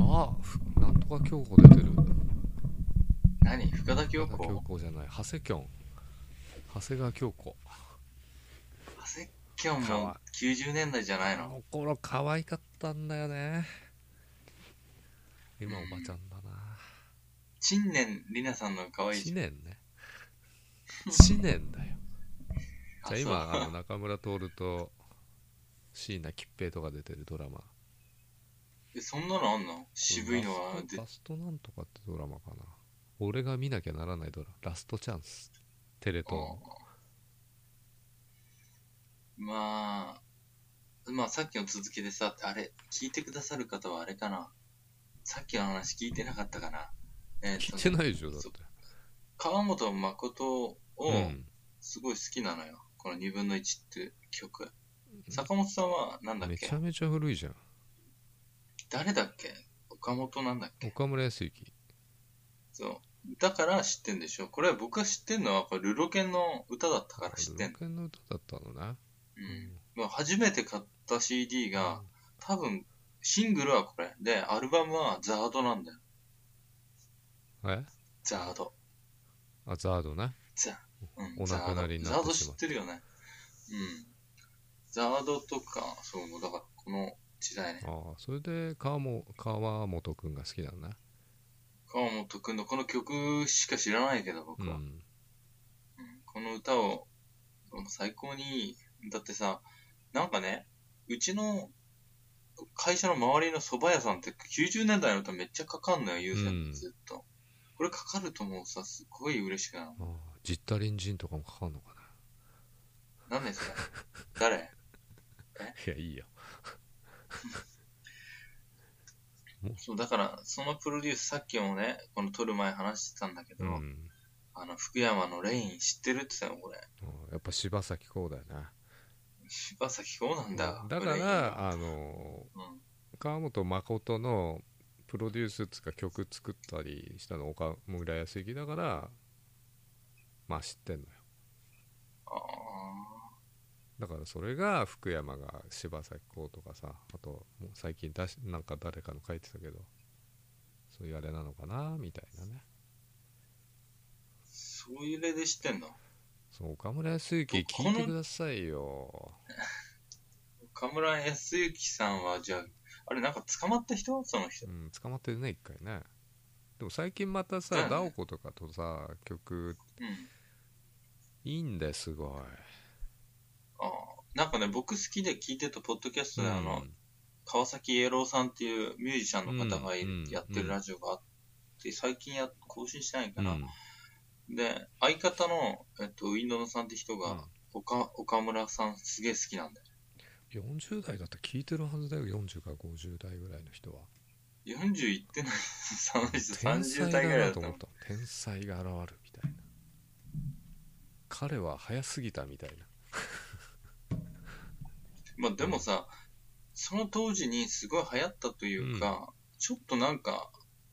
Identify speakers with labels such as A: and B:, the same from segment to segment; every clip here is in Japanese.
A: あふなんとか京子出てる
B: 何深田京
A: 京子京
B: 子
A: 子じゃない長谷きょん長谷川京子
B: 長谷きょん
A: か
B: も
A: わ
B: 90年代じゃない
A: あ
B: の
A: の頃可愛かったんだよね今おばちゃんだな
B: 陳年里奈さんの可愛い
A: 知
B: じゃん
A: 念ね知念だよじゃあ
B: あ
A: 今
B: そう
A: あの中村徹と椎名桔平とか出てるドラマ
B: えそんなのあんの渋いの
A: こ
B: は
A: れラストラストなんとかってドラマかな俺が見なきゃならないドララストチャンステレ東の
B: まあ、まあさっきの続きでさ、あれ、聞いてくださる方はあれかな。さっきの話聞いてなかったかな。えー
A: 聞
B: と
A: いてないでしょだって
B: そ川本誠を
A: うん
B: すごい好きなのよ。この2分の1っていう曲。坂本さんはなんだっ
A: め
B: け
A: ちゃめちゃ古いじゃん
B: 誰だっけ岡本なんだっけ
A: 岡村康之
B: そう。だから知ってんでしょ。これは僕が知ってんのは、これルロケンの歌だったから知ってんの。
A: ロケンの歌だったのな
B: うん。まあ初めて買った CD
A: うん
B: が、多分、シングルはこれ。で、アルバムはザードなんだよ。
A: え
B: ザード。
A: あザードな
B: ザ、うん、
A: お亡くなりに
B: ザ
A: な
B: ー
A: っ
B: ド
A: て
B: ザー
A: し
B: ド
A: ま
B: 知っ
A: って
B: るよね。うん。ザードとか、そう、だからこの時代ね。
A: ああそれで川も川本君が好きなんだな
B: 川本くんのこの曲しか知らないけど、僕
A: う
B: は。
A: ん
B: うんこの歌を、もう最高にいい。だってさ、なんかね、うちの会社の周りの蕎麦屋さんって90年代の歌めっちゃかかんのよ、優
A: う
B: 先
A: ん
B: ずっと。これかかるともうさ、すごい嬉しくなる。
A: ああジッタリンジンとかもかかんのかな
B: 何ですか誰
A: いやいいよ
B: そう、だから、そのプロデュース、さっきもね、この撮る前話してたんだけど、
A: うん
B: あの、福山のレイン知ってるって言ってたよ、これ。
A: ああやっぱ柴咲コウだよな
B: 柴咲こうなんだ。
A: だ
B: レ
A: か
B: イン、
A: らあの
B: うん
A: 川本誠のプロデュースつか曲作ったりしたの岡村康之だからまあ知ってんのよ
B: あー
A: だからそれが福山が柴咲コウとかさあともう最近だしなんか誰かの書いてたけどそういうあれなのかなみたいなね
B: そういう例で知ってんの
A: そう岡村康之
B: こ
A: 聞い
B: こ
A: て
B: の
A: くださいよ
B: 岡村康之さんは、じゃあ、あれ、なんか捕まった人その人
A: う。ん捕まってるね一回ねでも最近また
B: だ
A: さ
B: よね
A: 直子とかとさ曲
B: うん。
A: いいんだよすごい
B: あーなんかね、僕好きで聞いてたポッドキャストで、あの
A: う、ん
B: 川崎イエローさんっていうミュージシャンの方がい
A: うん
B: やって
A: う
B: る
A: ん
B: ラジオがあって、最近や、更新してないかな。
A: うん
B: で、相方の、えっと、ウィンドウさんって人
A: うん
B: が、岡岡村さんすげえ好きなんだよ。
A: 40代だったら聞いてるはずだよ40か50代ぐらいの人は
B: 40いってない、その人
A: 天
B: 30
A: 才
B: 代ぐ
A: だ
B: ら
A: な
B: いだっ
A: と
B: た
A: 思っ
B: の。
A: た 天才が現るみたいな彼は早すぎたみたいな
B: まあでもさ、その当時にすごい流行ったというか、ちょっとなんか、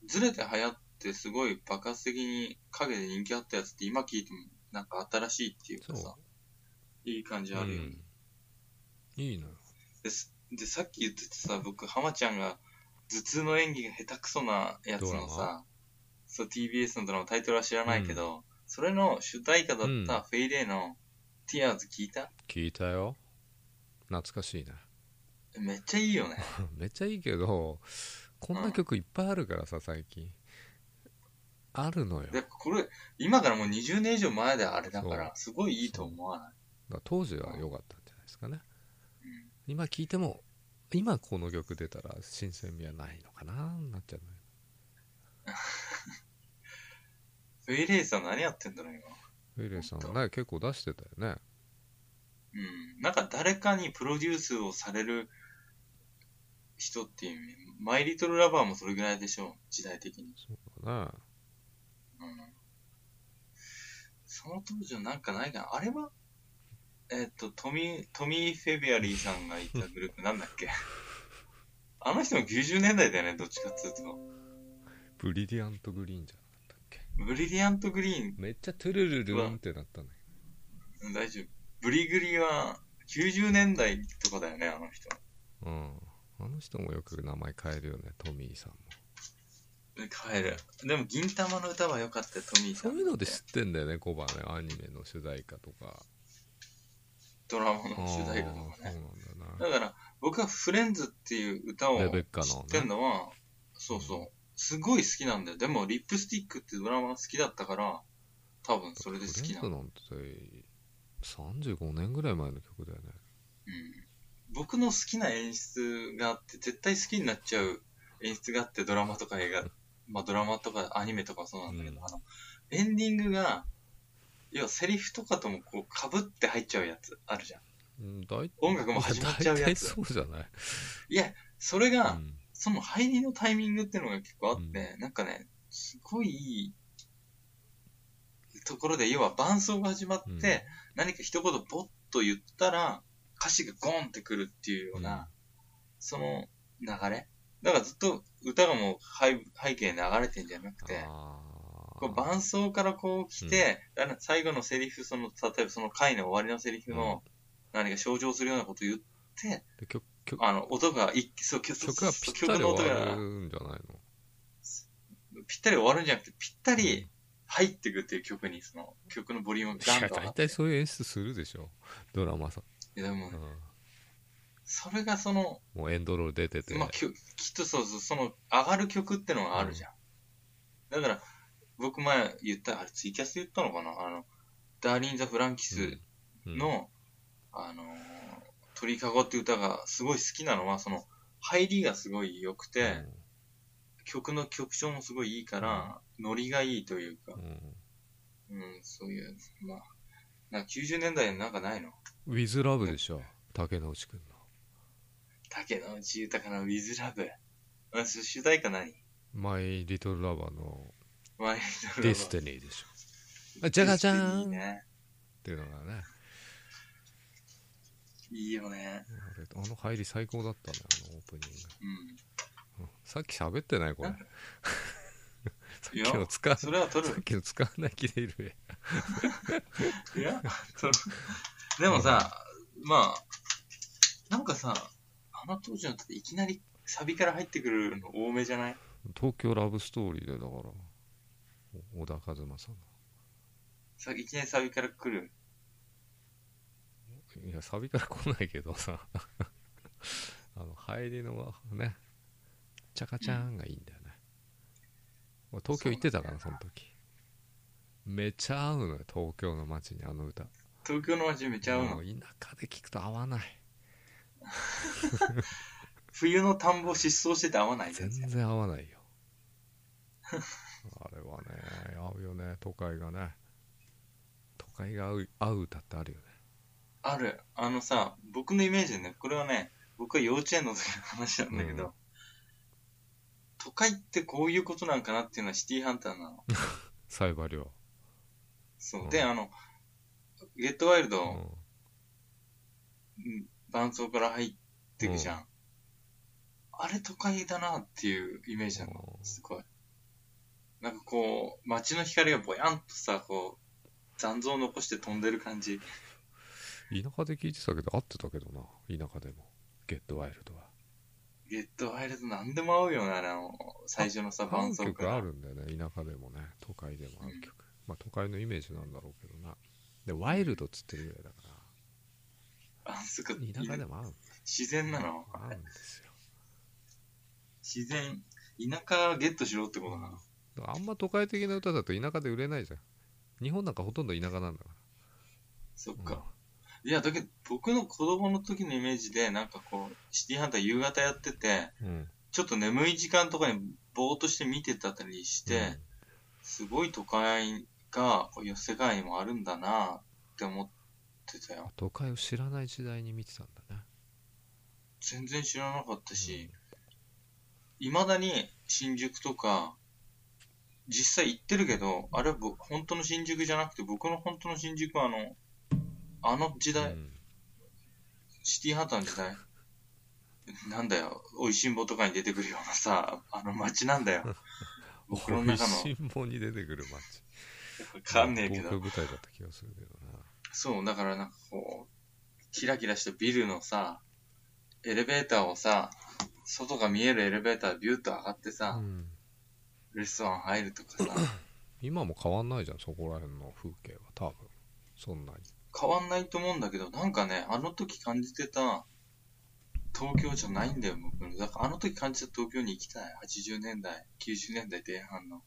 B: ずれて流行ってすごい爆発的に影で人気あったやつって今聞いてもなんか新しいっていうかさ
A: そ、
B: いい感じ
A: う、
B: あるよね。
A: ん、いいのよ
B: ですでさっき言ってたさ僕浜ちゃんが頭痛の演技が下手くそなやつ
A: ドラ
B: のさ
A: マ
B: そう TBS のドラマタイトルは知らないけど、それの主題歌だ
A: う
B: っ
A: ん
B: たフェイレイの「ティアーズ聞いた
A: 聞いたよ懐かしいな
B: めっちゃいいよね
A: めっちゃいいけどこんな曲いっぱいあるからさ最近あるのよ
B: でこれ今からもう20年以上前であれだからすごいいいと思わない
A: だから当時は良かったんじゃないですかね、今聞いても今この曲出たら新鮮味はないのかななっちゃうのよ
B: フェイレイさん何やってんだろう今
A: ウィレイさんはね結構出してたよね
B: うんなんか誰かにプロデュースをされる人っていう意味マイリトルラバーもそれぐらいでしょう時代的に
A: そうだね
B: うんその当時はなんかないかな。あれはえっ、と、トミー、トミー・フェビアリーさんがいたグループなんだっけあの人も90年代だよね、どっちかっつうと。
A: ブリリアントグリーンじゃなかったっけ
B: ブリリアント・グリーン、
A: めっちゃトゥルルルンってなったね
B: うん大丈夫。ブリグリは90年代とかだよね、あの人。
A: うんあの人もよく名前変えるよねトミーさんも
B: 帰る。でも、銀玉の歌は良かったよ、トミーさ
A: そ
B: ん。
A: ういうので知ってんだよねコバねアニメの主題歌とか
B: ドラマの 主題歌とか
A: あー
B: ね。
A: そうなんだな
B: だから、僕はフレンズっていう歌を知
A: レ
B: っ
A: ベッカのね
B: てんのは、そうそう。すごい好きなんだよ。でも、リップスティックってドラマが好きだったから、多分それで好きな
A: フレ
B: の。
A: ンズなんて35年ぐらい前の曲だよね
B: うん僕の好きな演出があって、絶対好きになっちゃう演出があって、ドラマとか映画、まあドラマとかアニメとかもそうなんだけど、
A: うん
B: あの、エンディングが、要はセリフとかともこう被って入っちゃうやつあるじゃん。
A: うん大
B: 音楽も始まっちゃう
A: まあ大
B: やつ
A: 体そうじゃない、
B: いや、 それが、
A: うん
B: その入りのタイミングっていうのが結構あって、
A: う
B: なんかね、すごいいいところで、要は伴奏が始まって、
A: うん
B: 何か一言ボッと言ったら、歌詞がゴンってくるっていうような、
A: うん
B: その流れ。だからずっと歌がもう背背景に流れてんじゃなくて、
A: あー
B: こう伴奏からこう来て、だから最後のセリフ、その、例えばその回の終わりのセリフの何か象徴するようなこと言って、
A: で曲曲
B: あの、音が一気、そう、曲
A: 曲はぴったり
B: の音
A: 終わ
B: が
A: るんじゃないの
B: ぴったり終わるんじゃなくて、ぴったり入ってくっていう曲に、その、曲のボリュームが
A: い
B: ガ
A: や
B: ンと上が
A: 大
B: って。
A: 体そういう演出するでしょドラマさ、
B: いやで
A: う
B: も
A: ん、
B: それがその、
A: もうエンドロール出てて、
B: まあ、きゅきっとそうそう、その、上がる曲ってのがあるじゃん。だから、僕前言った、あれツイキャスで言ったのかなあの、ダーリン・ザ・フランキス
A: うん
B: の、あのー、鳥かごって歌がすごい好きなのは、その、入りがすごい良くて、曲の曲調もすごいいいから、ノリがいいというか
A: う、ん
B: うん、そういう、まあ、なんか90年代なんかないの
A: うんウィズラブでしょ竹野内くんの
B: 竹野内豊の With Love。あそ主題歌何
A: マイ・リトル・ラバーの
B: マイ
A: 「ディスティニー」でしょあじゃがじゃーん
B: いいね。
A: っていうのがね
B: いいよね。
A: 俺あの入り最高だったねあのオープニン
B: うん。
A: グ、うん さっき喋ってないこれさっき
B: いや
A: の使わ
B: それは取
A: さっ
B: る。
A: きの使わない気でいるね
B: いや、取る。でもさ、まあ、なんかさ、あの当時のっていきなりサビから入ってくるの多めじゃない
A: 東京ラブストーリーでだからお小田和正の
B: さいきなりサビから来る。
A: いやサビから来ないけどさ あの入りのねチャカチャーンがいいんだよね、俺東京行ってたからその時めちゃ合うのよ東京の街にあの歌
B: 東京の街めちゃ合う
A: も
B: の。
A: 田舎で聞くと合わない
B: 冬の田んぼ失踪してて合わない
A: 全
B: 全然。
A: 然合わない よあれはね合うよね都会がね都会が合う合う歌ってあるよね
B: ある。あのさ、僕のイメージでね、これはね、僕は幼稚園の時の話なんだけど、
A: うん
B: 都会ってこういうことなんかなっていうのはシティーハンターなの。
A: サイバリョウ
B: そう。
A: うん
B: で、あの、ゲットワイ
A: う
B: ルド、
A: ん
B: うん伴奏から入ってくじゃん。あれ都会だなっていうイメージなの。
A: うん
B: すごい。なんかこう、街の光がぼやんとさ、こう、残像を残して飛んでる感じ。
A: 田舎で聞いてたけど合ってたけどな田舎でもゲットワイルドは
B: ゲットワイルドなんでも合うよな、あの、最初のさ、
A: 合
B: 伴
A: う
B: 奏か
A: 曲
B: ら。
A: あるんだよね田舎でもね都会でも合う曲、まあ都会のイメージなんだろうけどなでワイルドっつってるぐらいだか
B: あ、そっから
A: 田舎でも合うん
B: 自然なの
A: 合うんですよ
B: 自然。田舎ゲットしろってことなの。
A: だからあんま都会的な歌だと田舎で売れないじゃん日本なんかほとんど田舎なんだか
B: そっ
A: ら
B: か。いや、だけど僕の子供の時のイメージで、なんかこう、シティーハンター夕方やってて、
A: うん、うん
B: ちょっと眠い時間とかにぼーっとして見てたりして、すごい都会が、こういう世界にもあるんだなって思ってた
A: うん
B: よ。
A: 都会を知らない時代に見てたんだね
B: 全然知らなかったし、未だに新宿とか、実際行ってるけど、あれは僕、本当の新宿じゃなくて、僕の本当の新宿はあの、あの時
A: う
B: 代、
A: ん
B: シティハンターの時代、 なんだよ、美味しんぼとかに出てくるようなさ、あの街なんだ よ。僕の
A: おい
B: 中の、
A: 新聞に出てくる街
B: わかんねえけ
A: 東京
B: ど、
A: 舞台だった気がするけどな
B: そう、だからなんかこう、キラキラしたビルのさ、エレベーターをさ、外が見えるエレベータービューッと上がってさ、
A: うん
B: レストラン入ると かさ、
A: 今も変わんないじゃんそこら辺の風景は多分そんなに
B: 変わんないと思うんだけど、なんかね、あの時感じてた東京じゃないんだよ、僕。だからあの時感じた東京に行きたい。80年代、90年代前半の。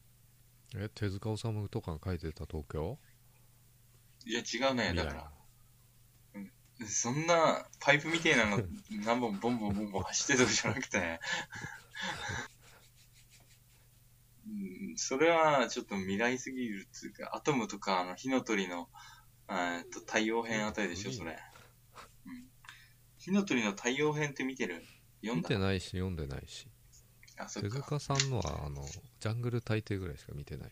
A: え手塚治虫とかが書いてた東京
B: いや、違うね、
A: 未
B: だ
A: 来
B: から。そんな、パイプみたいなの、何本ボンボンボンボン走ってるとかじゃなくて。うん、それは、ちょっと未来すぎるっていうか、アトムとか、あの、火の鳥の、えっと、太陽編あたりでしょ、それ。うん。火の鳥の太陽編って見てる読ん
A: 見
B: だ
A: てないし読んでないし
B: あ、そっ
A: 手
B: か。
A: 塚さんのはあのジャングル大帝ぐらいしか見てない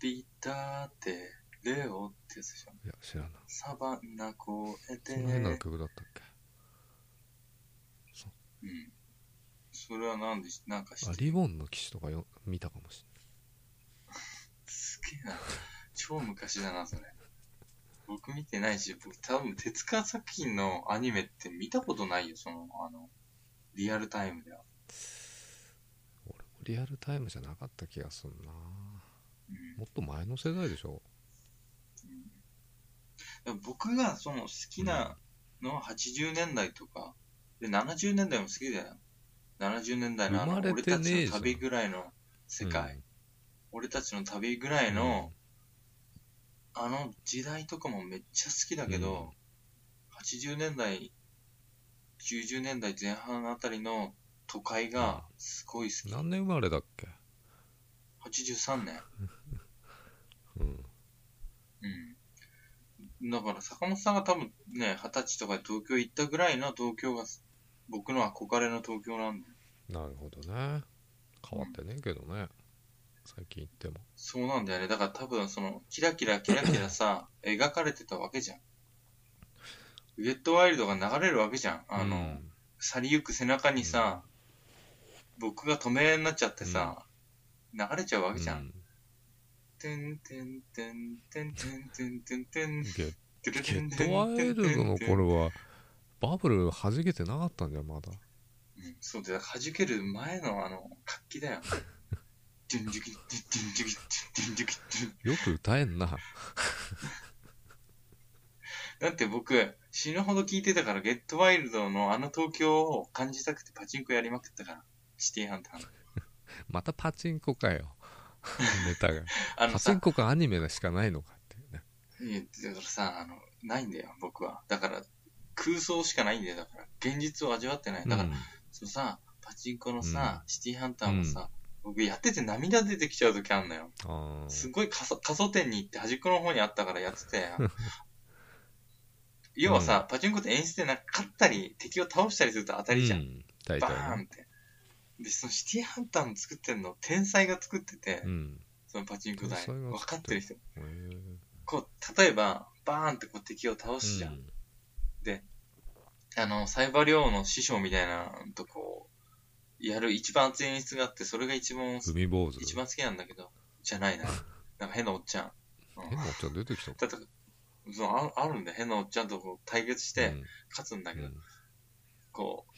B: 旅立て、レオってやつでしょ。
A: いや知らない
B: サバンナ越えて。
A: そんな変な曲だったっけ
B: うん。それはなんでし、なんか知
A: あ
B: ってる
A: リボンの騎士とかよ見たかもし
B: すげえな。超昔だな、それ。僕見てないし、僕多分、手塚作品のアニメって見たことないよ、その、あの、リアルタイムでは。
A: れない俺もリアルタイムじゃなかった気がすんな
B: うん
A: もっと前の世代でしょ
B: でも僕がその好きなのは80年代とか、で70年代も好きだよ。70年代のあの
A: 生まれ
B: 俺
A: て
B: た
A: ねえ
B: ち
A: じ
B: の
A: ゃん
B: 旅ぐらいの世界、俺たちの旅ぐらいの、あの時代とかもめっちゃ好きだけど、80年代、90年代前半あたりの都会がすごい
A: うん
B: 好
A: 何年生まれだっけ
B: き。83年。
A: うん
B: うん。だから坂本さんが多分ね、二十歳とかで東京行ったぐらいの東京が、僕の憧れの東京なんだよ。
A: なるほどね変わってねえけどね、最近行っても
B: そうなんだよね。だから多分その、キラキラキラキ ラさ、描かれてたわけじゃん。ウェットワイルドが流れるわけじゃん。あの、
A: うん
B: 去りゆく背中にさ、僕が止めになっちゃってさ、流れちゃうわけじゃ。
A: うんん
B: てんてんてんてんてんてんてんてん。
A: ゲゲットワイルドの頃はバブル弾けてなかったんじゃんまだ
B: うんそうで、弾ける前のあの、活気 だよ。ドゥンジュキ、ドゥンジュキ、ドゥンジュキ、ドゥン。
A: よく歌えんな
B: だって僕、死ぬほど聞いてたから、ゲットワイルドのあの東京を感じたくてパチンコやりまくったから。シティハンターの。
A: またパチンコかよ ネタが
B: あの
A: パチ
B: さ
A: ン、コかアニメしかないのかっていうね
B: いやだからさ、あの、ないんだよ、僕は。だから、空想しかないんだよ、だから。現実を味わってない。だから、そのさ、パチンコのさ、シティハンターもさ、僕やってて涙出てきちゃう時あんのよ。
A: うん、あー
B: すごい過疎過疎店に行って端っこの方にあったからやってた やん。要はさ、パチンコって演出でなんか勝ったり、敵を倒したりすると当たりじゃん。
A: うん、大
B: バ
A: 体
B: ーン
A: ね
B: って。で、そのシティハンターの作ってんの、天才が作ってて、
A: うん
B: そのパチンコ台。
A: 天才が
B: 分かってる人。
A: へー
B: こう、例えば、バーンってこう敵を倒すじゃん。
A: うん
B: あの、サイバリョウの師匠みたいなのとこう、やる一番熱い演出があって、それが一番、
A: 海坊主
B: 一番好きなんだけど、じゃないな。なんか変なおっちゃん。うん
A: 変なおっちゃん出てきた
B: だってそうああるんだよ変なおっちゃんとこう対決して勝つんだ
A: う
B: け
A: ん
B: ど、
A: うん
B: こう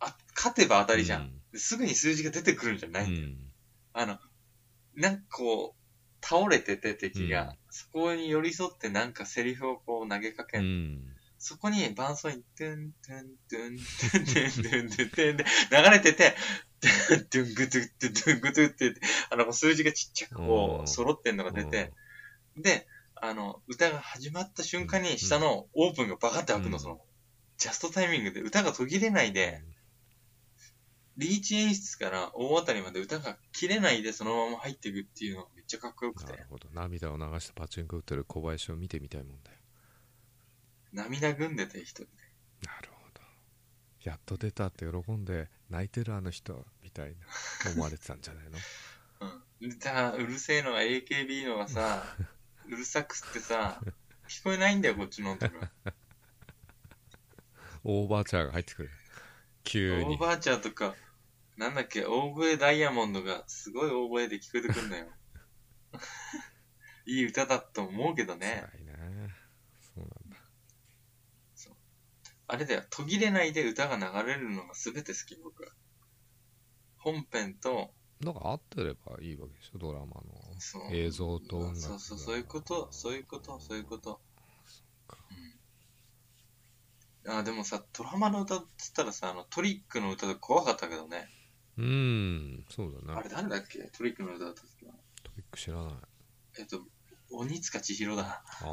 B: あ勝てば当たりじゃん、
A: うん
B: ですぐに数字が出てくるんじゃない、
A: うん
B: あのなんかこう倒れてて敵が、
A: うん
B: そこに寄り添ってなんかセリフをこう投げかけ
A: う
B: る、
A: ん
B: そこに伴奏に「トゥントゥントゥントゥントゥントゥントゥン」で流れてて「トゥントゥングトゥットゥントゥングトゥッ」ってあのこう数字がちっちゃくこう揃ってんのが出て、で、あの、歌が始まった瞬間に下のオープンがバカって開く
A: う
B: の、
A: ん
B: その、ジャストタイミングで歌が途切れないで、リーチ演出から大当たりまで歌が切れないでそのまま入っていくっていうのがめっちゃかっこよく
A: なる
B: て、
A: ほど涙を流してパチンコ打ってる小林を見てみたいもんだよ
B: 涙ぐんでた人。
A: なるほどやっと出たって喜んで泣いてるあの人みたいな思われてたんじゃない の
B: うん。だから、うるせえのが AKB の がさ、うるさくってさ、聞こえないんだよ、こっちの音が。
A: オーバーチャーが入ってくる 急
B: お
A: に
B: ばあちゃんとか、なんだっけ、大声ダイヤモンドがすごい大声で聞こえてくんだよ。 いい歌だと思うけどね。
A: 辛いねそうなんだ
B: あれだよ、途切れないで歌が流れるのが全て好き、僕は。本編と、
A: なんか合ってればいいわけでしょドラマの
B: そう。
A: 映像と音楽
B: そうそう、そういうこと、そういうこと、そういうこと。うん、あでもさ、ドラマの歌っつったらさ、あのトリックの歌で怖かったけどね。
A: うーんそうだ
B: あ
A: ね
B: れ誰だっけトリックの歌だったっけな
A: トピック知らない
B: えっと、鬼塚千尋だ。
A: ああ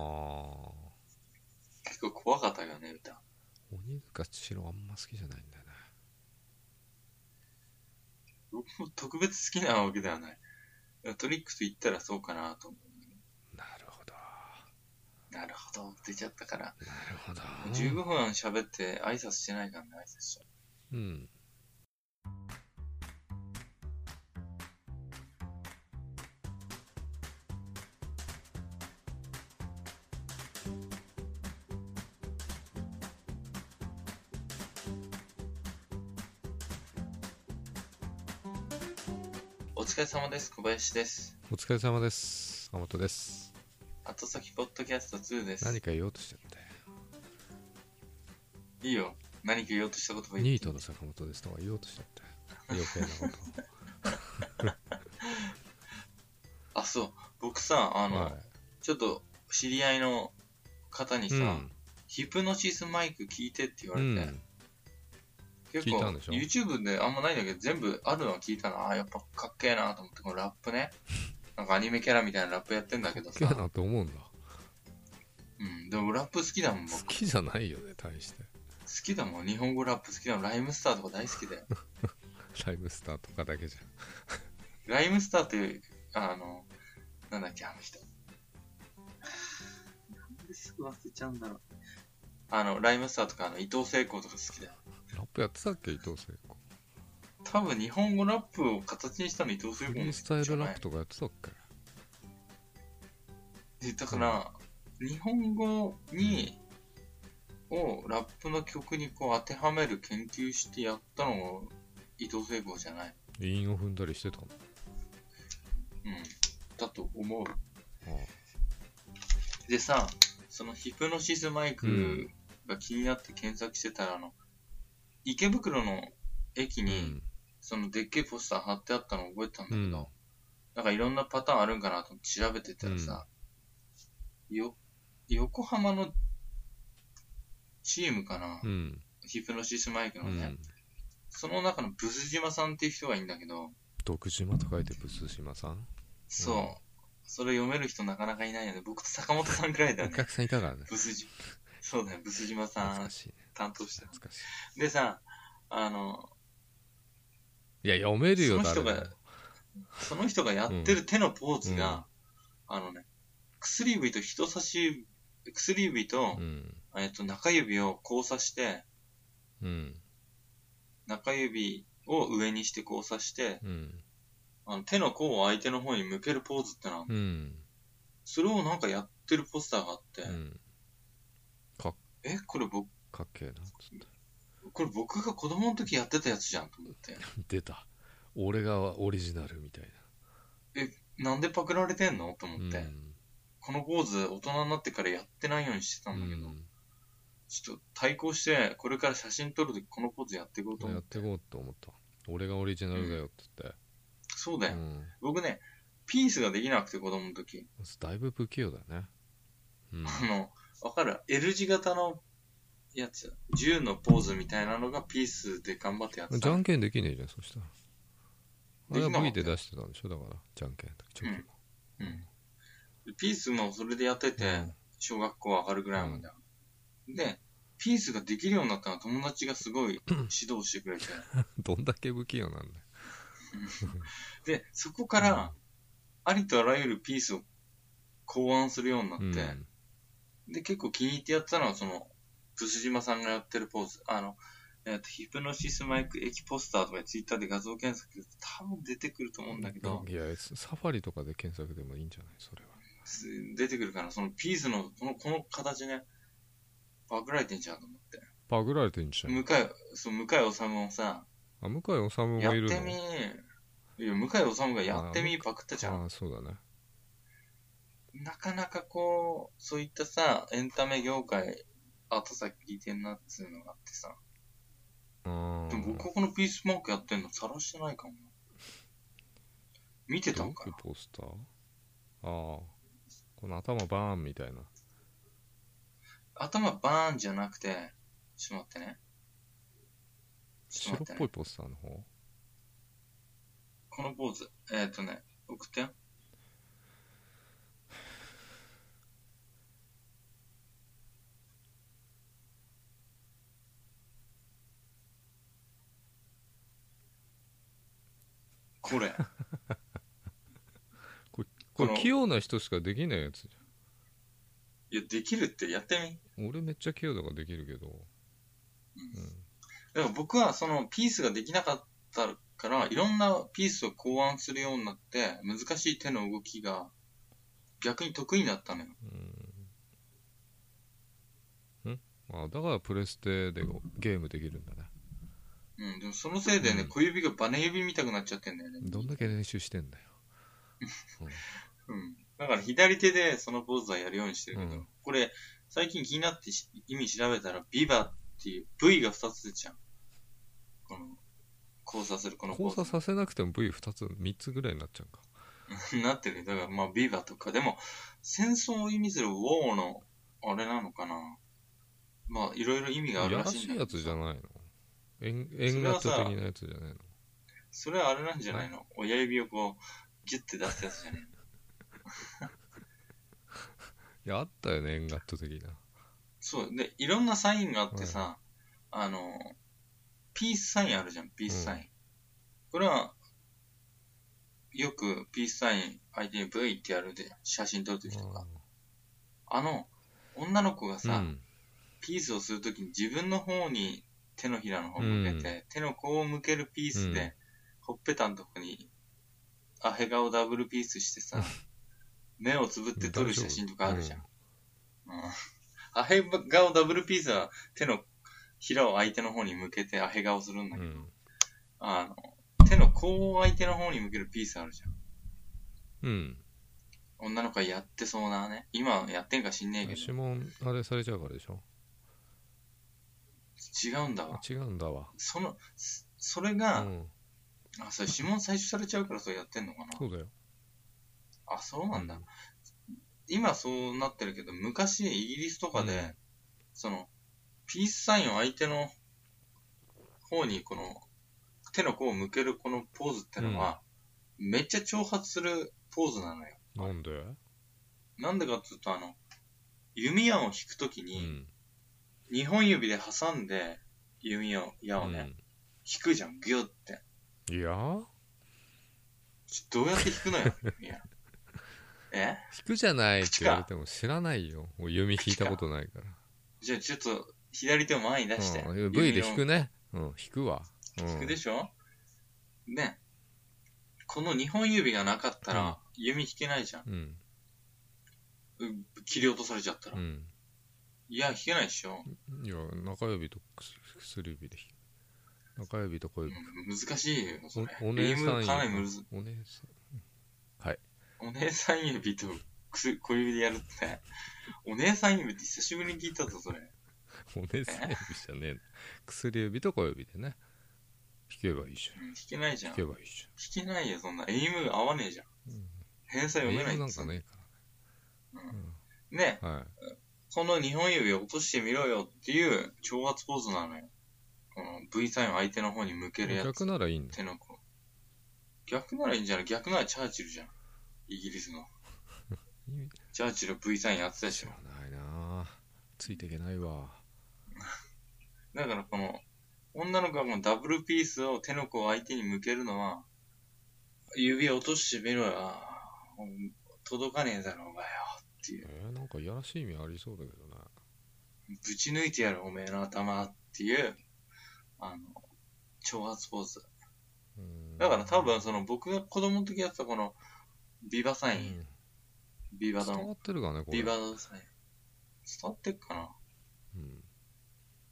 B: 結構怖かったよね、歌。
A: 鬼塚千尋あんま好きじゃないんだよね
B: 僕も特別好きなわけではない。トリックと言ったらそうかなと思
A: なるほど
B: う。なるほど、出ちゃったから。
A: なるほど
B: 15分喋って挨拶してないからね、挨拶しちゃう。
A: うん
B: お疲れ様です、小林です。
A: お疲れ様です天本です
B: 後先ポッドキャスト2です。
A: 何か言おうとしちゃって
B: いいよ。何か言おうとしたことも言
A: ニ
B: っ
A: ー
B: て
A: ト
B: いい
A: の坂本ですとか言おうとしちゃ って余計なことを
B: あ、そう。僕さ、あの、
A: は
B: ちょっと知り合いの方に
A: い、う
B: さ、
A: ん
B: ヒプノシスマイク聞いてって言わ
A: う
B: れて、
A: ん、
B: 結
A: 聞い
B: 構
A: たんでしょ
B: YouTube であんまないんだけど全部あるのは聞いたなあやっぱかっけえなと思ってこのラップ ねなんかアニメキャラみたいなラップやってんだけど
A: 好きだ
B: さ、
A: なと思うんだ
B: うん、でもラップ好きだもん僕
A: 好
B: 好
A: きじゃないよね大して
B: きだもん日本語ラップ好きだもんライムスターとか大好きだよ
A: ライムスターとかだけじゃ
B: ライムスターっていうあのなんだっけあの人なんですぐ忘れちゃうんだろうあのライムスターとかあの伊藤聖子とか好きだよ
A: ラップやってたっけ伊藤聖子
B: 多分日本語ラップを形にしたの伊藤聖
A: フ
B: 子
A: リースタイルラップとかやってたっけ
B: でだから、日本語に、をラップの曲にこう当てはめる研究してやったのが伊藤聖子じゃない。
A: 韻を踏んだりしてたの
B: うん。だと思う。
A: あ
B: でさ、そのヒプノシスマイ
A: う
B: ク
A: ん
B: が気になって検索してたら、あの、池袋の駅
A: あう
B: に、
A: ん
B: そのでっけえポスター貼ってあったの覚えてたんだ
A: う
B: けど、
A: ん
B: なんかいろんなパターンあるんかなと思って調べてたらさ、よ、横浜のチームかな、
A: うん
B: ヒプノシスマイク
A: う
B: のね、
A: ん
B: その中のブス島さんっていう人がいいんだけど、
A: 徳島と書いてブス島さん
B: そう、
A: うん
B: それ読める人なかなかいないよね。僕と坂本さんくらいだ
A: お
B: よね。
A: 客さんいたからね
B: ブス 島、そうだよ、ブス島さ
A: 懐
B: ん
A: かしいね
B: 担当してた。
A: 懐かし
B: でさ、あの、
A: いいや読めるよ
B: その人
A: 誰
B: が
A: でも
B: その人がやってる手のポーズが、あのね、薬指と人差し指、薬指と、
A: うん
B: えっと、中指を交差して、
A: うん
B: 中指を上にして交差して、
A: うん
B: あの手の甲を相手の方に向けるポーズってのは、
A: うん
B: それをなんかやってるポスターがあって、
A: うん
B: え、これ僕、
A: かっけえなつって
B: これ僕が子供の時やってたやつじゃんと思って。
A: 出た俺がオリジナルみたい
B: なんでパクられてんのと
A: な
B: 思って、
A: うん
B: このポーズ大人になってからやってないようにしてたんだけど、ちょっと対抗して、これから写真撮るときこのポーズやっていこうと
A: うん
B: 思
A: や
B: っ
A: って
B: て。
A: いこうと思った俺がオリジナルだよって言っ
B: そうだ
A: て
B: よ、
A: うん
B: 僕ね、ピースができなくて子供の時、
A: だいぶ不器用だねうん
B: あの、わかる ?L 字型のやつ。銃のポーズみたいなのがピースで頑張って やって
A: じゃ
B: た。
A: んけんできねえじゃんそしたらあれは
B: できなかった
A: V で出してたんでしょだからじゃんけんの時チョキも
B: ピースもそれでやってて、
A: うん
B: 小学校上がるぐらいまで、で、ピースができるようになったのは友達がすごい指導してくれて。
A: どんだけ不器用なんだよ
B: で、そこから、ありとあらゆるピースを考案するようになって、
A: うん
B: で、結構気に入ってやってたのは、その、ブス島さんがやってるポーズ。あの、えっと、ヒプノシスマイク駅ポスターとかツイッターで画像検索すると多分出てくると思うんだけど、
A: いやサファリとかで検索でもいいんじゃないそれは
B: す出てくるから、そのピースのこの、この形ね、パクられてんじゃんと思って。
A: パグられてんじゃん
B: 向井、そう、向井治もさ、
A: あ向井治も
B: やっ
A: いる
B: て
A: の
B: み、いや、向井治がやってみ
A: あ
B: パクったじゃん。
A: ああそうだね
B: なかなかこう、そういったさ、エンタメ業界、後先聞いてんなっつうのがあってさ、
A: うん
B: でも僕ここのピースマークやってんの晒してないかもな。見てたんか
A: ど
B: な
A: ういうポスターああこの頭バーンみたいな
B: 頭バーンじゃなくて、ちょっと待ってね。ち
A: 白
B: ょっと待
A: っ
B: って
A: ぽ
B: ね。
A: いポスターの方
B: このポーズ。えっ、とね、送って。これ。
A: こ
B: こ
A: れ
B: の
A: 器用な人しかできないやつじ
B: いや、できるってやってみ。
A: ゃん俺めっちゃ器用だからできるけど
B: だから僕はそのピースができなかったから、いろんなピースを考案するようになって、難しい手の動きが逆に得意になったのよ。
A: うんんあだからプレステでゲームできるんだね
B: うん、でもそのせいでね、
A: うん
B: 小指がバネ指みたくなっちゃってんだよね。
A: どんだけ練習してんだよ
B: うん。だから左手でそのポーズはやるようにしてるけど、
A: うん
B: これ、最近気になってし意味調べたら、ビバっていう V が2つ出ちゃう。この、交差するこのポ
A: 交差
B: ーズ。
A: させなくても V2 つ3つぐらいになっちゃうか
B: なってる。だからまあビバとか、でも、戦争を意味するウォーの、あれなのかな。まあいろいろ意味がある
A: や
B: ら
A: ら
B: しい
A: し
B: んだ
A: い
B: け
A: や
B: ど
A: つじゃないの円円形的
B: それはさ
A: なやつじゃないの
B: それはあれなんじゃないの親指をこう、ギュッて出すやつじゃないの
A: いやあったよね円形的な
B: そう。で、いろんなサインがあってさ、あの、ピースサインあるじゃん、ピースサイン。これは、よくピースサイン、相手に V ってやるで、写真撮るときとか。あの、女の子が
A: う
B: さ、
A: ん
B: ピースをするときに自分の方に手のひらの方向けて、手の甲を向けるピースで、
A: うん
B: ほっぺたのとこに、アヘ顔ダブルピースしてさ、目をつぶって撮る写真とかあるじゃん。うんアヘ顔ダブルピースは手のひらを相手の方に向けてアヘ顔するん
A: う
B: だ
A: ん
B: け
A: う
B: ど、
A: ん
B: あの、手の甲を相手の方に向けるピースあるじゃん。
A: うん
B: 女の子がやってそうなね。今やってんか知んねえけ
A: 指紋あれされちゃうからでしょ
B: ど、違うんだ
A: あ
B: わ。
A: 違うんだわ
B: その、そそれ
A: う
B: が、
A: ん
B: あ、それ指紋採取されちゃうからそれやってんのかな
A: そうだよ
B: あ、そうなんだ。
A: うん
B: 今そうなってるけど、昔イギリスとかで、
A: うん
B: その、ピースサインを相手の方にこの、手の甲を向けるこのポーズってのは、めっちゃ挑発するポーズなのよ。
A: なんで
B: なんでかっていうと、あの、弓矢を引くとき
A: う
B: に、
A: ん
B: 二本指で挟んで、弓矢を矢をね、引くじゃん、ギュッて。
A: うんいや
B: ちょどうやって引くのよ、弓 矢。え
A: 引くじゃないって言われても知らないよもう弓引いたことないから
B: じゃあちょっと、左手を前に出して。
A: うん、V で
B: 弓を
A: 引くね、うん、引くわ、うん、
B: 引くでしょ、ねこの2本指がなかった
A: うん
B: ら弓引けないじゃん、
A: うん
B: うん切り落とされちゃったら、
A: うん
B: いや引けないでしょ、
A: いや中指と薬指で引く中指と小
B: うん
A: 指、
B: 難しいよそれ
A: おお姉さん
B: リームかなりむず
A: お姉さ
B: お姉さん指と薬小指でやるってお姉さん指って久しぶりに聞いたぞそれ
A: んお姉さん指じゃねえな薬指と小指でね引けばいいじゃ
B: うん引けないじゃ
A: ん
B: ん
A: 引
B: 引
A: けばいいじ
B: けないよそんなエイムが合わねえじゃん
A: ゃん、うん、
B: 偏差読めない
A: 英語なん
B: そ
A: か
B: んな
A: ねえからね、
B: ね
A: うんはい
B: この2本指を落としてみろよっていう挑発ポーズなのよこの V サインを相手の方に向けるやつ
A: 逆ならいいんだ
B: 手の甲逆ならいいんじゃない逆ならチャーチルじゃん。イギリスの。
A: 意味
B: チャーチル V サインやってたでし
A: 知
B: ょ
A: ら。ないなついていけないわ
B: だからこの、女の子はこのダブルピースを手の甲を相手に向けるのは、指を落としてみろよ。うん届かねえだろ、お前よ。っていう。
A: えー、なんかいやらしい意味ありそうだけどね
B: ぶち抜いてやる、おめえの頭っていう、あの、挑発ポーズ。
A: うん
B: だから多分その僕が子供の時やってたこの、ビバサイン、
A: うん
B: ビバド
A: 伝
B: ン
A: わ、ってるかねこれ
B: ビバドンサイン。伝わってっかな
A: うん、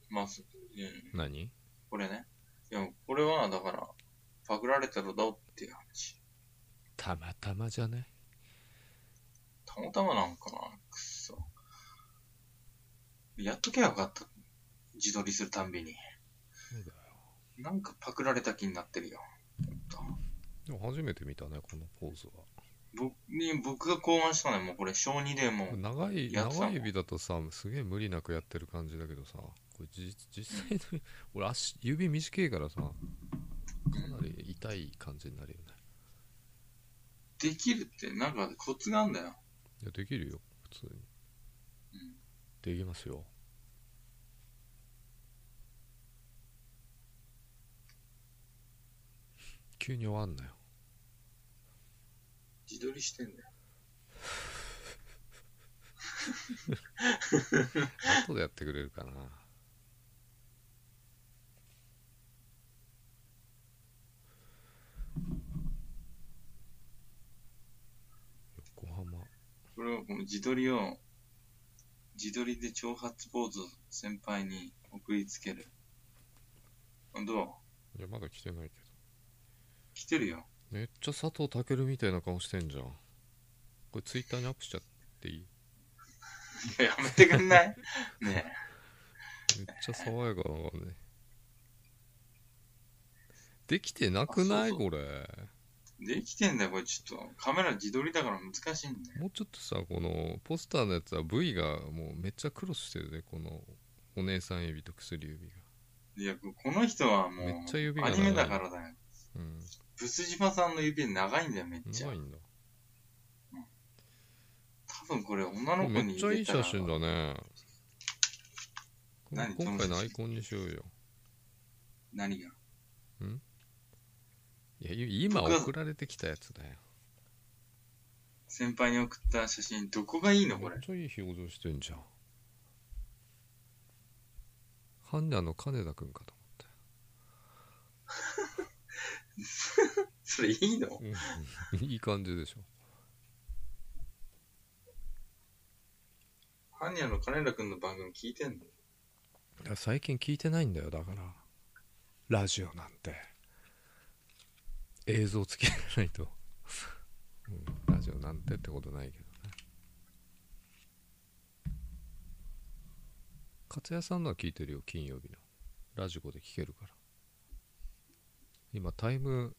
B: まあ、すうん、
A: 何
B: これね。いや、これは、だから、パクられたらどうっていう話。
A: たまたまじゃね
B: たまたまなんかな、くっそ。やっときゃよかった。自撮りするたんびに。
A: そうだよ
B: なんかパクられた気になってるよ。
A: でも初めて見たねこのポーズは
B: 僕に僕が考案したのよもうこれ小2でもう
A: 長い
B: やつだ
A: 長
B: もん
A: い指だとさすげえ無理なくやってる感じだけどさこれ実実際の俺足指短いからさかなり痛い感じになるよね
B: できるってなんかコツがあんだよ。
A: いやできるよ普通に
B: うん
A: できますよ急に終わんなよ
B: 自撮りしてんだよ。
A: 後でやってくれるかな横浜
B: これをこの自撮りを、自撮りで挑発ポーズを先輩に送りつける。どう
A: いやまだ来てないけど
B: 来てるよ。
A: めっちゃ佐藤健みたいな顔してんじゃんこれツイッターにアップしちゃっていい
B: いややめてくんない ねえ。
A: めっちゃ爽やかな顔ねできてなくない
B: あそうそ
A: これ
B: できてんだよ、これちょっと。カメラ自撮りだから難しいんだよ。
A: もうちょっとさこのポスターのやつは V がもうめっちゃクロスしてるねこのお姉さん指と薬指が
B: いや、この人はも
A: めっちゃ指
B: う、
A: が
B: ア
A: 長
B: ニ
A: い
B: メだからだよ。
A: うん
B: ブス島さんの指長いんだよ、めっちゃ
A: 長。いんだ
B: 多分これ女の
A: め
B: 子
A: っ
B: に
A: ちゃい
B: 入れ
A: い
B: たら
A: 写真だねこ
B: 何
A: 今回の
B: どの写真
A: アイコンにしようよ
B: 何が
A: いやい今
B: 僕は
A: 送られてきたやつだよ
B: 先輩に送った写真、どこがいいのこ
A: め
B: れ
A: っ。ちゃいい表情してんじゃんハンナの金田くんか と
B: それいいの
A: 思っていい感じでしょ
B: ハニヤの金田くんの番組聞いてんの
A: いや最近聞いてないんだよだからラジオなんて映像付きじゃないと、うん、ラジオなんてってことないけどね勝也さんのは聞いてるよ金曜日のラジコで聞けるから今タイム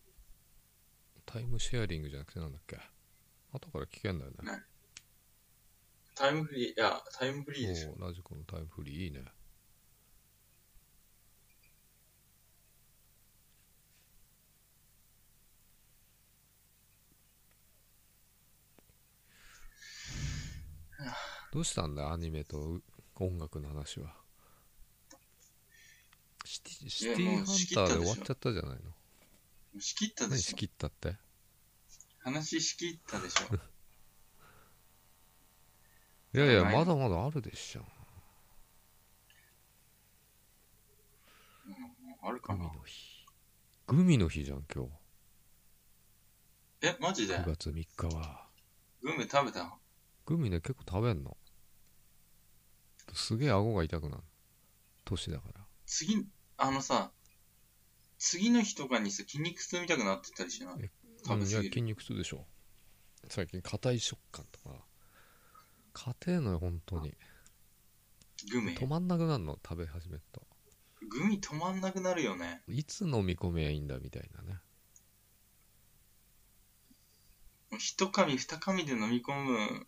A: タイムシェアリングじゃなくてなんだっけ後から聞けんだよね
B: タイムフリー、いや、タイムフリーでしょ。
A: おーラジコのタイムフリーいいねどうしたんだアニメと音楽の話はシティシティ
B: もう仕切
A: ハ
B: っ
A: ンター
B: たで
A: で
B: しょ
A: 終わっちゃったじゃないの
B: 仕切ったで
A: 何
B: し
A: 仕
B: ょ。
A: 切ったって
B: 話仕切ったでしょ。
A: いやいや
B: ない
A: まだまだあるでしょ
B: あるか
A: グミ
B: な
A: の。日グミの日じゃん今
B: え、マジ
A: 日
B: で
A: 9月3日は
B: グミ食べた
A: グミね結構食べんのすげえ顎が痛くなる年だから
B: 次、あのさ、次の日とかにさ、筋肉痛みたくなってたりしない
A: え
B: 食べ
A: うんい
B: 過
A: や
B: ぎる。
A: 筋肉痛でしょ最近硬い食感とか硬いのよ本当に
B: グミ。
A: 止まんなくなるの食べ始めると
B: グミ止まんなくなるよね。
A: いつ飲み込めばいいんだみたいなね
B: もう一噛み二噛みで飲み込む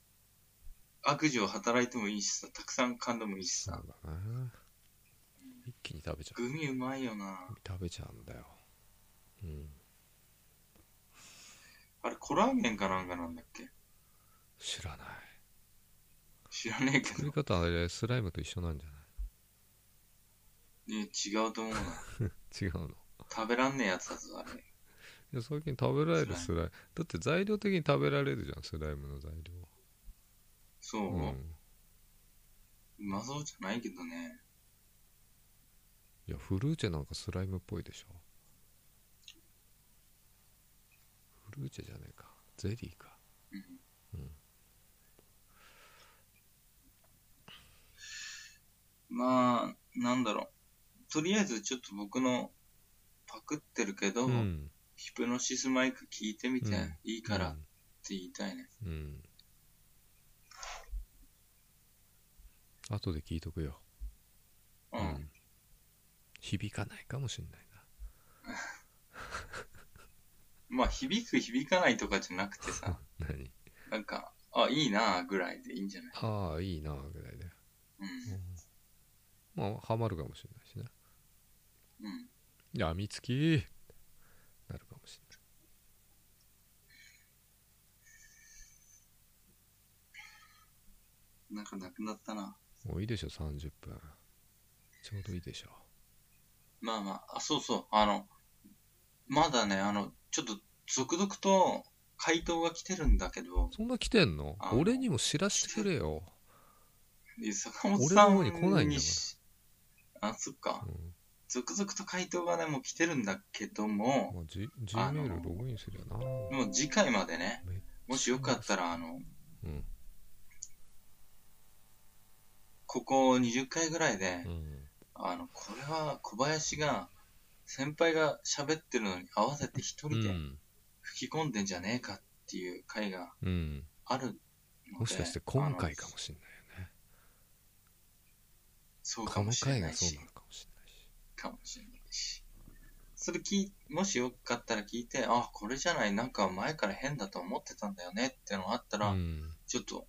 B: 悪事を働いてもいいしさ、たくさん噛んでもいいし
A: そう
B: さ。
A: だな一気に食べちゃう
B: グミうまいよな。
A: 食べちゃうんだようん
B: あれ、コラーゲンかなんかなんだっけ
A: 知らない
B: 知らねえけ
A: 作
B: ど
A: り。方あれスライムと一緒なんじゃない
B: ね、違うと思うな。
A: 違うの
B: 食べらんねえやつだぞ、あれ。
A: いや最近食べられる
B: ス
A: スライムだって材料的に食べられるじゃんスライムの材料
B: そう、う
A: うん
B: まそうじゃないけどね。
A: いやフルーチェなんかスライムっぽいでしょフルーチェじゃねえかゼリーか
B: うん
A: うん
B: まあ、なんだろう。とりあえずちょっと僕のパクってるけど、
A: うん
B: ヒプノシスマイク聞いてみて
A: うん
B: いいからって言いたいね。
A: うん、うん、後で聞いとくよ
B: うん。
A: 響かないかもしんないな
B: まあ、響く、響かないとかじゃなくてさ、
A: 何
B: なんか、あ、いいなあぐらいでいいんじゃない
A: ああいいなぐらいで、
B: うん。
A: まあハマるかもしれないしね
B: うん。
A: やみつきなるかもしれ
B: なんかなくなったな。
A: ないもういいでしょ30分ちょうどいいでしょ
B: まあまあ、あ、そうそう、あの、まだね、あの、ちょっと続々と回答が来てるんだけど、
A: そんな来てんの
B: あの
A: 俺にも知らせてくれよ、
B: 坂本さん
A: 俺の方に来ないんだから
B: しあ、そっか
A: う。ん
B: 続々と回答がね、もう来てるんだけども、
A: まあ、G
B: あの
A: Gmail ログインするよな
B: もう次回までね、もしよかったら、あの、
A: うん
B: ここ20回ぐらいで
A: う、ん
B: あの、これは小林が、先輩が喋ってるのに合わせて一
A: う
B: 人で
A: ん、
B: 吹き込んでんじゃねえかっていう回が
A: うん、
B: あるので、
A: もしかして今回か
B: あの
A: もしれない
B: そうか
A: こ
B: も
A: の
B: しれ
A: 回
B: な
A: が
B: い
A: そう
B: し
A: な、のかもしれないし
B: かもしれないし。それ聞い、もしよかったら聞いて、あ、これじゃない、なんか前から変だと思ってたんだよねってのがあったら、
A: うん
B: ちょっと、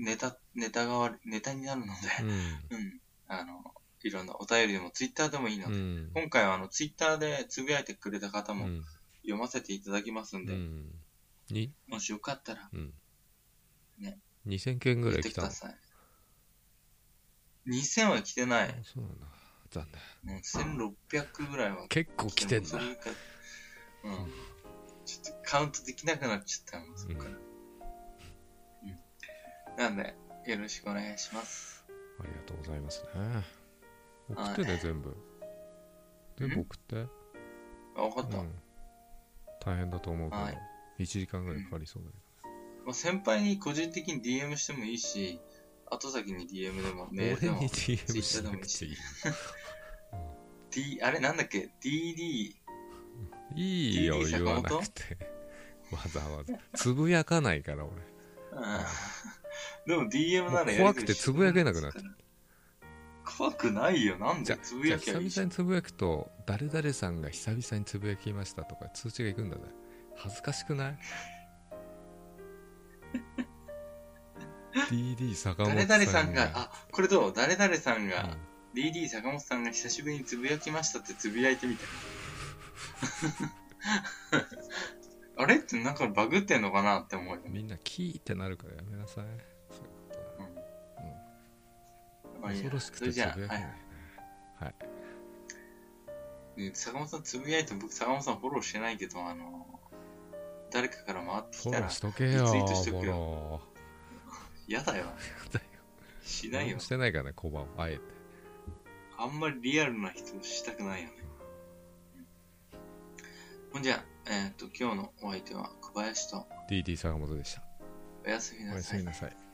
B: ネタ、ネタがわり、ネタになるので、
A: う
B: うん、あの、いろんなお便りでも、ツイッターでもいいの
A: んう
B: で、
A: ん
B: 今回はあの、ツイッターでつぶやいてくれた方
A: う
B: も
A: ん
B: 読ませていただきますん
A: う
B: で、
A: んに
B: もしよかったら
A: うん
B: ね
A: 2000件ぐ
B: 言
A: ら
B: っ
A: い
B: て
A: 来
B: く
A: たの
B: ださい。2000は来てない。
A: あそうなんだ残念
B: うん1600ぐらいは
A: 結構来てんだ
B: そういうかうん。ちょっとカウントできなくなっちゃったもん、そっから。うん。なんで、よろしくお願いします。
A: ありがとうございますね送
B: はい
A: ってね全部全部送ってう
B: あ、わかった。
A: ん大変だと思うけど
B: はい
A: 1時間ぐらいかかりそうだ
B: まあ、先輩に個人的に DM してもいいし、後先に DM でもメール
A: け
B: で
A: ど
B: も
A: 俺に。DM し
B: Twitter で
A: な
B: も
A: く
B: いい
A: てい
B: し
A: い
B: D、あれなんだっけ ?DD。
A: いいよ言
B: DD
A: わなく てわざわざつぶやかないから俺
B: うん。でも DM ならやり取り
A: 怖くてつぶやけなくなっちゃ
B: 怖くないよ。なん
A: じゃ
B: で
A: あ
B: つぶ
A: じゃ
B: や
A: あ
B: き
A: 久
B: ゃ
A: 々
B: いい
A: に
B: し
A: つぶやくと誰々さんが久々につぶやきましたとか通知がいくんだね恥ずかしくない ?DD 坂本さ
B: 誰
A: んが
B: 々さんが、あ、これどう誰々さん
A: うん
B: が、DD 坂本さんが久しぶりにつぶやきましたってつぶやいてみた。 あれってなんかバグってんのかなって思うよね。
A: みんなキーってなるからやめなさい。そういうこと
B: うん
A: は
B: まあいい
A: 恐
B: や
A: ろしく
B: そ
A: てつ
B: れ
A: ぶ
B: じ
A: や
B: ゃ
A: け
B: あ、
A: な
B: はいい
A: ね。はい。
B: ね坂本さんつぶやいて、僕坂本さんフォローしてないけど、あの、誰かから回って
A: フ
B: き
A: ォ
B: た
A: ロー
B: ら
A: し、とけよ、
B: リ
A: フ
B: ツイートしとく
A: ォ
B: よ
A: ロ
B: 嫌だよ。
A: ー。だよ
B: しない
A: 何
B: よ
A: もし。てないからね、小判をあえて。
B: あんまりリアルな人したくないよね。ほんじゃあ、えっ、と、今日のお相手は小林と
A: DD 坂本でした。
B: おやすみ
A: お
B: な
A: や
B: さ
A: す
B: い
A: み。なさい。